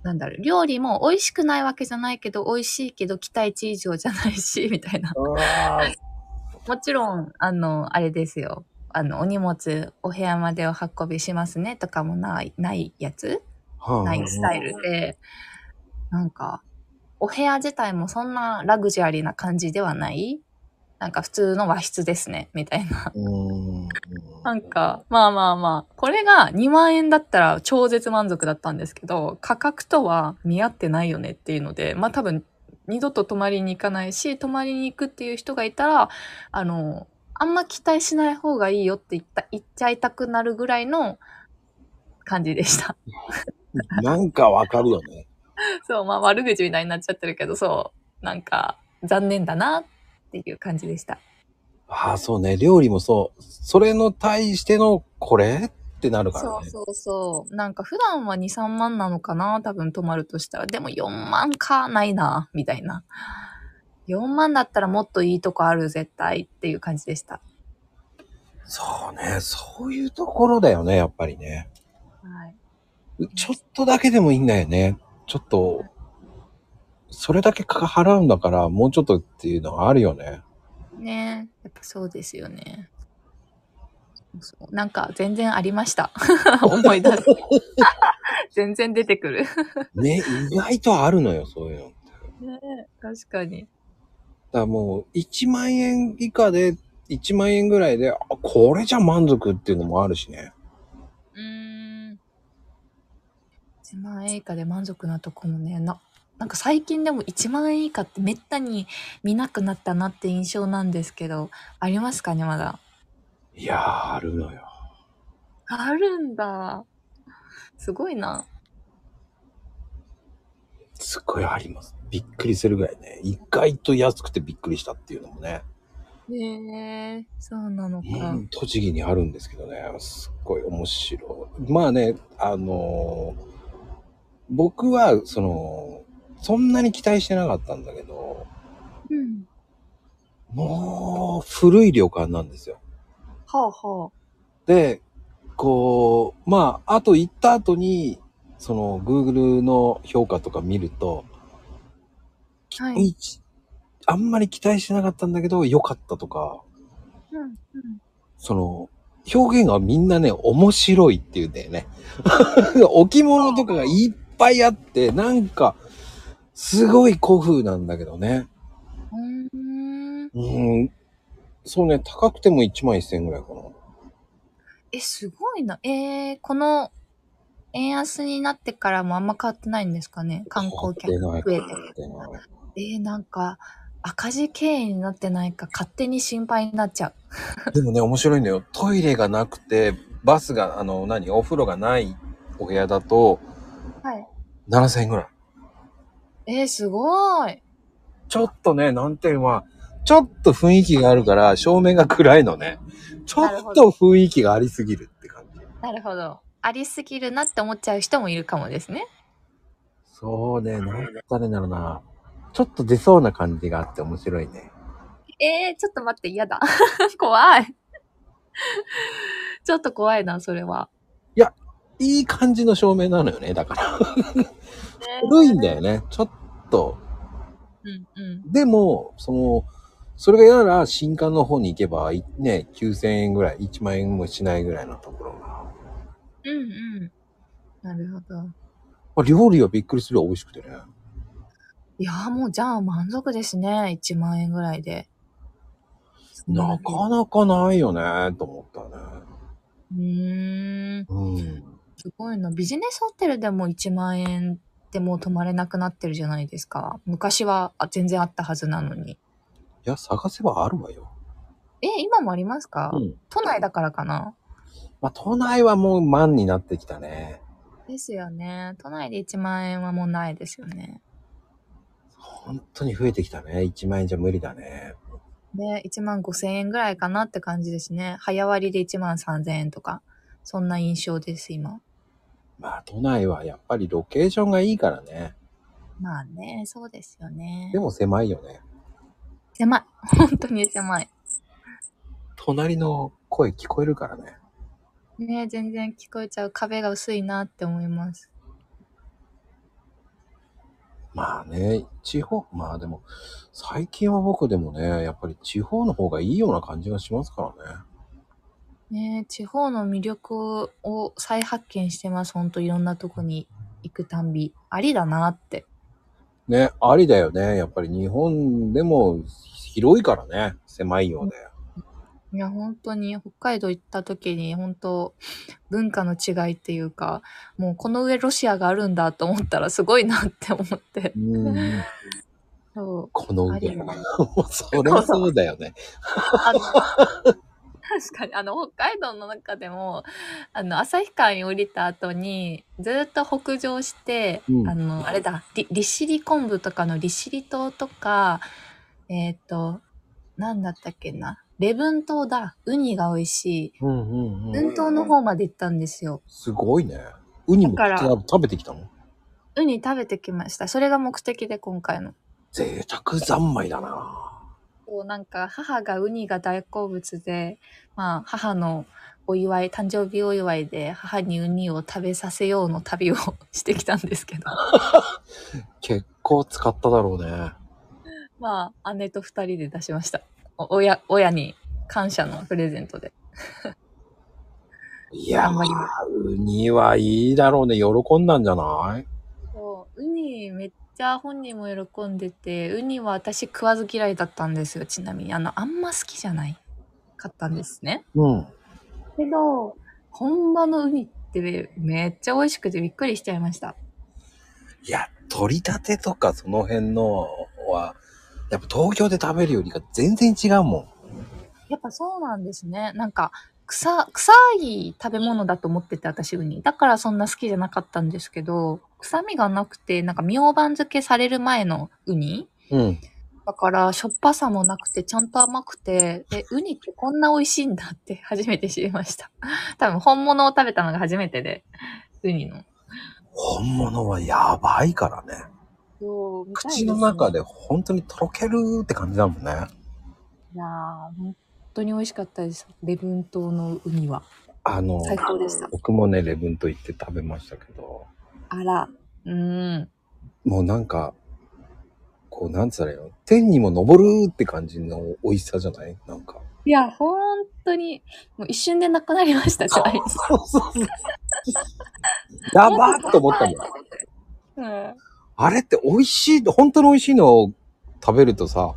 S2: なんだろう料理も美味しくないわけじゃないけど美味しいけど期待値以上じゃないしみたいな
S1: うん。ああ、
S2: もちろん、あの、あれですよ。あの、お荷物、お部屋までお運びしますねとかもない、ないやつ
S1: はあ
S2: ないスタイルで、なんか、お部屋自体もそんなラグジュアリーな感じではないなんか普通の和室ですね、みたいな。
S1: うん。
S2: なんか、まあまあまあ、これが2万円だったら超絶満足だったんですけど、価格とは見合ってないよねっていうので、まあ多分、二度と泊まりに行かないし、泊まりに行くっていう人がいたら、あの、あんま期待しない方がいいよって言った、言っちゃいたくなるぐらいの感じでした。 [LAUGHS]
S1: なんかわかるよね。
S2: そう、まあ悪口みたいになっちゃってるけど、そう、なんか残念だなっていう感じでした。
S1: ああ、そうね。料理もそう。それの対してのこれってなるから
S2: そう
S1: ね。
S2: そうそう。なんか普段は2、3万なのかな多分泊まるとしたら。でも4万かないな、みたいな。4万だったらもっといいとこある、絶対っていう感じでした。
S1: そうね。そういうところだよね、やっぱりね。
S2: はい。
S1: ちょっとだけでもいいんだよね。ちょっと、それだけか払うんだから、もうちょっとっていうのはあるよね。
S2: ねえやっぱそうですよね。そうそうなんか全然ありま
S1: [LAUGHS]
S2: した。 [LAUGHS] 思い出す。全然出てくる。
S1: ね、意外とあるのよ、そういうの。
S2: ねえ確かに。
S1: だからもう、1万円以下で、1万円ぐらいで、あこれじゃ満足っていうのもあるしね。
S2: うーん。1万円以下で満足なとこもね、な、なんか最近でも1万円以下ってめったに見なくなったなって印象なんですけど、ありますかね、まだ。
S1: いやー、あるのよ。
S2: あるんだ。すごいな。
S1: すっごいあります。びっくりするぐらいね。意外と安くてびっくりしたっていうのもね。
S2: へえそうなのか。
S1: うん、栃木にあるんですけどね。すっごい面白い。まあね、あのー僕は、その、そんなに期待してなかったんだけど、
S2: うん。
S1: もう、古い旅館なんですよ。
S2: はあは
S1: で、こう、まあ、あと行った後に、その、Google の評価とか見ると、
S2: あ。はい。
S1: いちあんまり期待してなかったんだけど、良かったとか、
S2: うんうん、
S1: その、表現がみんなね、面白いっていうんだよね。 [LAUGHS] 置物とかがいっぱいあって、なんか、すごい古風なんだけどね。
S2: うーん。
S1: うん。そうね、高くても1万1000円ぐらいかな。
S2: え、すごいな。えー、この、円安になってからもあんま変わってないんですかね観光客
S1: 買
S2: 増え
S1: ってな
S2: て
S1: い。。買ってない
S2: えー、なんか、赤字経営になってないか勝手に心配になっちゃ
S1: でもね、面白いんだよ。トイレがなくて、バスが、あの、何、お風呂がないお部屋だと、
S2: う。はい。
S1: 7000円ぐらい。
S2: えー、すごい。
S1: ちょっとね、難点は、ちょっと雰囲気があるから、照明が暗いのね。ちょ
S2: なるほ
S1: っ
S2: ど
S1: と雰囲気がありすぎるって感じ。
S2: なるほど。ありすぎるなって思っちゃう人もいるかもですね。
S1: そうね、なんたねだろうな。ちょっと出そうな感じがあって面白いね。
S2: えー、ちょっと待って、嫌だ。 [LAUGHS] 怖い。 [LAUGHS] ちょっと怖いな、それは。
S1: いい感じの照明なのよね、だから。
S2: う
S1: 古いんだよね、ちょっと。
S2: んうん。
S1: でも、その、それが嫌なら新刊の方に行けば、いね、9000円ぐらい、1万円もしないぐらいのところが。
S2: うんうん。なるほど。
S1: まあ料理はびっくりするよ、美味しくてね。
S2: いやーもうじゃあ満足ですね。1万円ぐらいで。
S1: なかなかないよね、と思ったね。
S2: うーん。
S1: うん。
S2: すごいな。ビジネスホテルでも1万円でもう泊まれなくなってるじゃないですか。昔はあ全然あったはずなのに。
S1: いや、探せばあるわよ。
S2: え、今もありますか、
S1: ん。
S2: 都内だからかな
S1: まあ、都内はもう万になってきたね。
S2: ですよね。都内で1万円はもうないですよね。
S1: 本当に増えてきたね。1万円じゃ無理だね。
S2: で、1万5千円ぐらいかなって感じですね。早割りで1万3千円とか。そんな印象です、今。
S1: まあ、都内はやっぱりロケーションがいいからね。
S2: まあね、そうですよね
S1: で。も狭いよね。
S2: 狭い。 [LAUGHS] 本当に狭い。
S1: 隣の声聞こえるからね。
S2: ね全然聞こえちゃう壁が薄いなって思います。
S1: まあね、地方、まあでも、最近は僕でもね、やっぱり地方の方がいいような感じがしますからね。
S2: ね地方の魅力を再発見してます。ほんといろんなとこに行くたんび。ありだなって。
S1: ね、ありだよね。やっぱり日本でも広いからね。狭いようで。
S2: いや、本当に北海道行った時に、本当文化の違いっていうか、もうこの上ロシアがあるんだと思ったらすごいなって思って。
S1: うん。
S2: そう。
S1: この上
S2: あり。だな。
S1: もうそれはそうだよね。 [LAUGHS]
S2: あの確かに、あの、北海道の中でも、あの、旭川に降りた後に、ずっと北上して、
S1: うん
S2: あの、あれだ、り利尻昆布とかの利尻島とか、えっ、と、なんだったっけな、礼文島だ。ウニが美味しい。
S1: うんうんうん。
S2: 文島の方まで行ったんですよ。
S1: すごいね。ウニも
S2: だから
S1: 食べてきたの
S2: ウニ食べてきました。それが目的で今回の。
S1: 贅沢三昧だな
S2: こうなんか母がウニが大好物で、まあ母のお祝い、誕生日お祝いで母にウニを食べさせようの旅をしてきたんです [LAUGHS] けど、
S1: 結構使っただろうね。
S2: まあ姉と二人で出しました。お親、親に感謝のプレゼントで。
S1: いや
S2: 頑張り
S1: ー、ウニはいいだろうね。喜んだんじゃない
S2: そうウニめっちゃ本人も喜んでてウニは私食わず嫌いだったんですよちなみにあのあんま好きじゃないかったんですね
S1: うん。
S2: けど本場のウニってめっちゃ美味しくてびっくりしちゃいました
S1: いや、取り立てとかその辺のは、やっぱ東京で食べるよりが全然違うもん。
S2: やっぱそうなんですねなんか臭臭い食べ物だと思ってて私ウニだからそんな好きじゃなかったんですけど臭みがなくてなんか明晩漬けされる前のウニ
S1: うん。
S2: だから、しょっぱさもなくて、ちゃんと甘くて、え、ウニってこんな美味しいんだって初めて知りました。多分、本物を食べたのが初めてで、ウニの。
S1: 本物はやばいからね。口の中で。本当にとろけるって感じだもんね。
S2: いやー本当に美味しかったです。礼文島のウニは。
S1: あの、
S2: 最高でした。
S1: 僕もね、レブンと行って食べましたけど、
S2: あら。うーん。
S1: もうなんか、こう、なんつったらいいの天にも昇るって感じの美味しさじゃないなんか。
S2: いや、本当に、もう一瞬でなくなりました、じゃないですか。
S1: そうそうそう。やばーっと思ったもん。
S2: うん。
S1: あれって美味しい、本当に美味しいのを食べるとさ、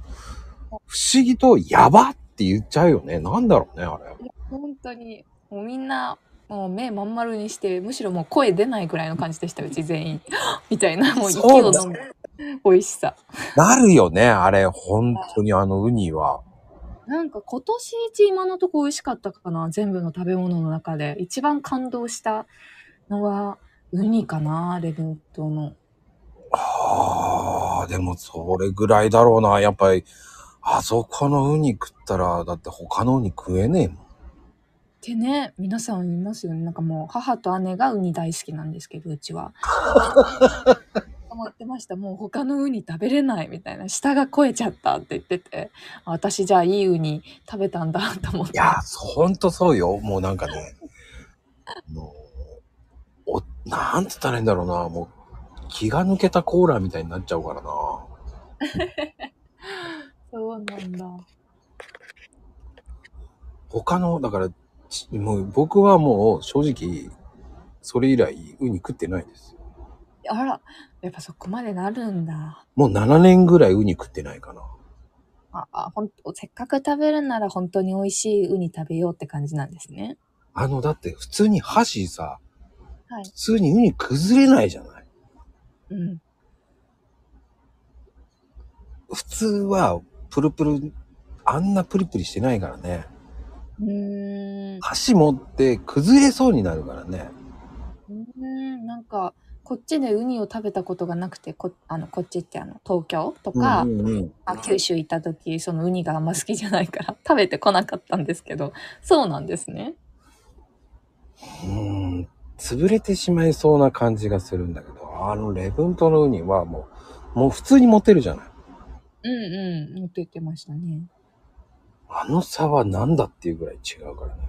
S1: 不思議とやばって言っちゃうよね。なんだろうね、あれ。
S2: 本当に、もうみんな、もう目まん丸にして、むしろもう声出ないぐらいの感じでした、うち全員。 [GASPS] みたいな、もう息を飲む。美味しさ。
S1: なるよね、あれ。本当にあのウニは。
S2: なんか今年一今のとこ美味しかったかな、全部の食べ物の中で。一番感動したのは、ウニかな、レブン島の。
S1: ああ、でもそれぐらいだろうな。やっぱり、あそこのウニ食ったら、だって他のウニ食えねえもん。
S2: ってね、皆さんいますよね。なんかもう、母と姉がウニ大好きなんですけど、うち [LAUGHS] は。思ってました。もう他のウニ食べれないみたいな。舌が超えちゃったって言ってて、あ私じゃあいいウニ食べたんだと思っ
S1: い
S2: て。
S1: や、ほんとそうよ。もうなんかね、あのお、なんつったらいいんだろうな。もう、気が抜けたコーラみたいになっちゃうからな。
S2: そうなんだ。
S1: 他の、だから、ちもう僕はもう正直、それ以来、ウニ食ってないですよ。
S2: あら、やっぱそこまでなるんだ。
S1: もう7年ぐらいウニ食ってないかな。
S2: ああ、ほんと、せっかく食べるなら本当に美味しいウニ食べようって感じなんですね。
S1: あの、だって普通に箸さ、
S2: はい
S1: 普通にウニ崩れないじゃない。
S2: うん。
S1: 普通はプルプルあんなプリプリしてないからね
S2: うーん。う
S1: 箸持って崩れそうになるからね
S2: ーん。なんか、こっちでウニを食べたことがなくて、こあのこっちってあの東京とか、
S1: うんうんうん
S2: あ九州行った時、そのウニがあんま好きじゃないから [LAUGHS] 食べてこなかったんですけど、そうなんですね。
S1: うん潰れてしまいそうな感じがするんだけどあのレブントのウニはもうもう普通に持てるじゃない
S2: うんうん。持って言ってましたね。
S1: あの差は何だっていうぐらい違うからね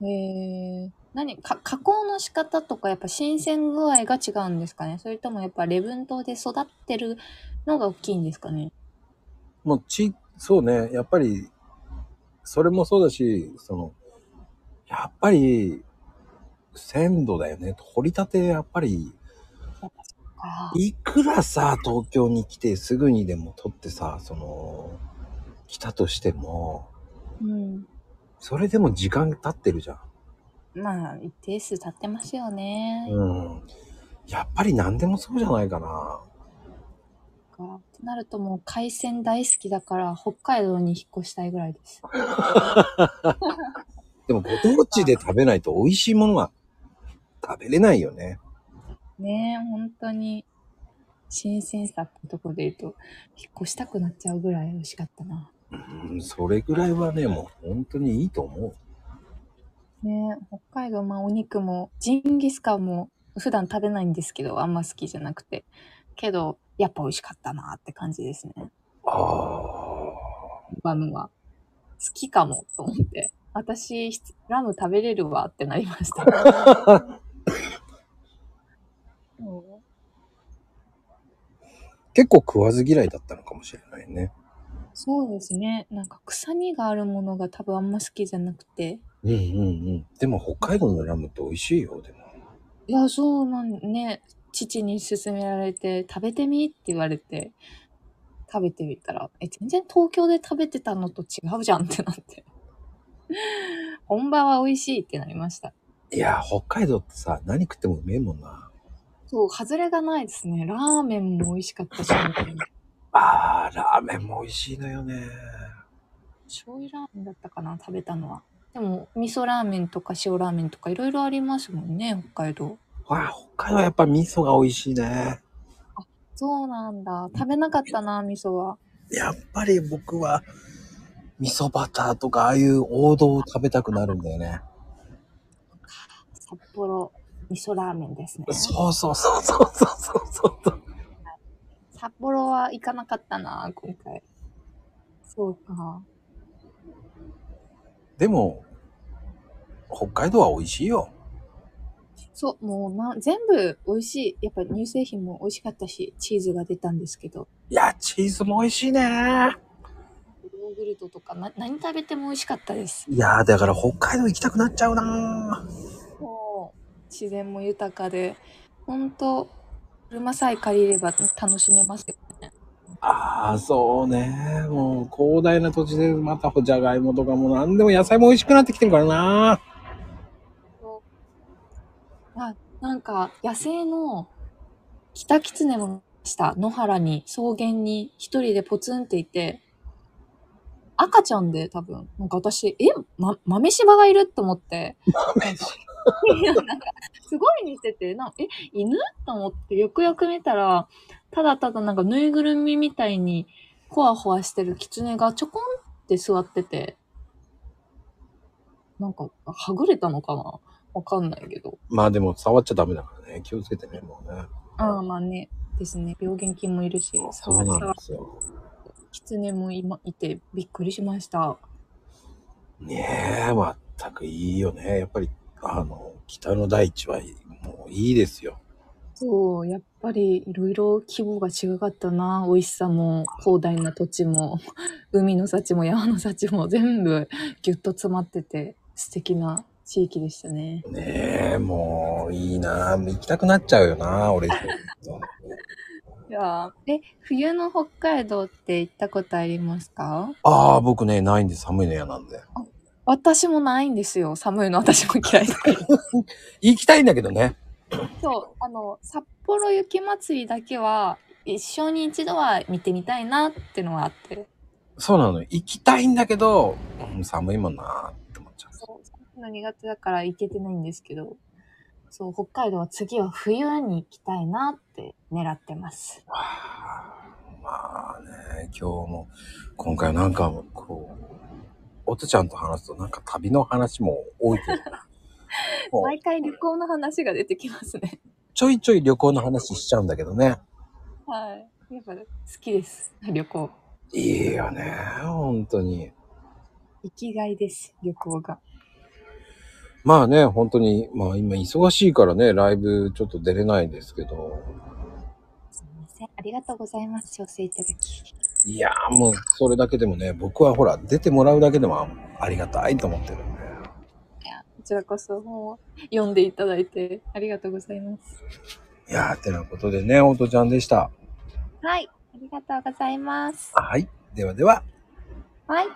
S2: へえ。何か加工の仕方とかやっぱ新鮮具合が違うんですかねそれともやっぱ礼文島で育ってるのが大きいんですかね
S1: もうちそうねやっぱりそれもそうだしそのやっぱり鮮度だよね掘りたてやっぱり
S2: あ
S1: いくらさ、東京に来てすぐにでも取ってさ、その、来たとしても、
S2: うん。
S1: それでも時間経ってるじゃん。
S2: まあ、一定数経ってますよね。
S1: うん。やっぱり何でもそうじゃないかな。
S2: かってなるともう海鮮大好きだから、北海道に引っ越したいぐらいです。
S1: でも、ご当地で食べないと美味しいものは食べれないよね。
S2: ねえ、本当に。新鮮さってとこで言うと、引っ越したくなっちゃうぐらい美味しかったな。
S1: うん、それぐらいはね、もう本当にいいと思う。
S2: ね北海道、まあお肉も、ジンギスカンも普段食べないんですけど、あんま好きじゃなくて。けど、やっぱ美味しかったなって感じですね。
S1: あ
S2: バムは。好きかも、と思って。私、ひつラム食べれるわってなりました。 [LAUGHS]
S1: あ。
S2: そ
S1: [LAUGHS] 結構食わず嫌いだったのかもしれないね。
S2: うそうですね。なんか臭みがあるものが多分あんま好きじゃなくて。
S1: うんうんうん。でも北海道のラムって美味しいよ、でも。
S2: いや、そうなんね。父に勧められて、食べてみって言われて、食べてみたら、え、全然東京で食べてたのと違うじゃんってなって。 [LAUGHS] 本場は美味しいってなりました。
S1: いや、北海道ってさ、何食ってもうめえもんな。
S2: そう、外れがないですね。ラーメンも美味しかったし、
S1: あー、ラーメンも美味しいのよね。
S2: 醤油ラーメンだったかな食べたのはでも味噌ラーメンとか塩ラーメンとかいろいろありますもんね北海道
S1: わあ、北海道はやっぱ味噌が美味しいね。
S2: そうなんだ食べなかったな味噌は
S1: やっぱり僕は、味噌バターとかああいう王道を食べたくなるんだよね。
S2: 札幌味噌ラーメンですね
S1: そうそうそうそうそうそうそう。
S2: 札幌は行かなかったな今回そうか
S1: でも、北海道は美味しいよ。
S2: そうもう、ま、全部美味しいやっぱ乳製品も美味しかったしチーズが出たんですけど
S1: いや、チーズも美味しいね。
S2: ヨーグルトとかな何食べても美味しかったです
S1: いやー、だから北海道行きたくなっちゃうな
S2: もう自然も豊かで本当車さえ借りれば楽しめますよね
S1: ああ、そうね。もう広大な土地でまたじゃがいもとかも何でも野菜も美味しくなってきてるからな
S2: あなんか野生のキタキツネもいました野原に草原に一人でポツンっていて赤ちゃんで多分なんか私え、ま、豆柴がいると思ってなんかいやなんかすごい似ててなえ犬と思ってよくよく見たらただただなんかぬいぐるみみたいにホワホワしてるキツネがちょこんって座っててなんかはぐれたのかなわかんないけど
S1: まあでも触っちゃダメだからね。気をつけてね、もうね。
S2: ああ、まあね。ですね。病原菌もいるし、
S1: そうなんですよ。
S2: キツネも今いてびっくりしました。
S1: ねえ、まったくいいよね。やっぱり、あの、北の大地はいいもういいですよ。
S2: そう、やっぱりいろいろ規模が違かったな。美味しさも、広大な土地も、 [LAUGHS] 海の幸も山の幸も全部ぎゅっと詰まってて、素敵な地域でしたね。
S1: ねえ、もういいな行きたくなっちゃうよな俺。 [LAUGHS]
S2: いやーえ、冬の北海道って行ったことありますか
S1: ああ、僕ね、ないんで寒いの嫌なんで。
S2: 私もないんですよ。寒いの私も嫌いだから。
S1: 行きたいんだけどね。
S2: そう、あの、札幌雪まつりだけは、一生に一度は見てみたいなってのはあって。
S1: そうなの。行きたいんだけど、うん寒いもんなって思っちゃう。
S2: そう、そういうの苦手だから行けてないんですけど、そう、北海道は次は冬に行きたいなって狙ってます。
S1: まあね、今日も、今回なんか、こう、おとちゃんと話すとなんか旅の話も多いけど、もう
S2: 毎回旅行の話が出てきますね。
S1: ちょいちょい旅行の話しちゃうんだけどね。
S2: はい。やっぱ好きです。旅行。
S1: いいよね、本当に。
S2: 生きがいです、旅行が。
S1: まあね、本当に、まあ今忙しいからね、ライブちょっと出れないんですけど、
S2: すみません。ありがとうございます。調整いただき。
S1: いやーもうそれだけでもね、僕はほら、出てもらうだけでもありがたいと思ってるんで。
S2: いや、こちらこそ本を読んでいただいてありがとうございます。
S1: いやー、てなことでね、おとちゃんでした。
S2: はい。ありがとうございます。
S1: はい。ではでは。
S2: はい。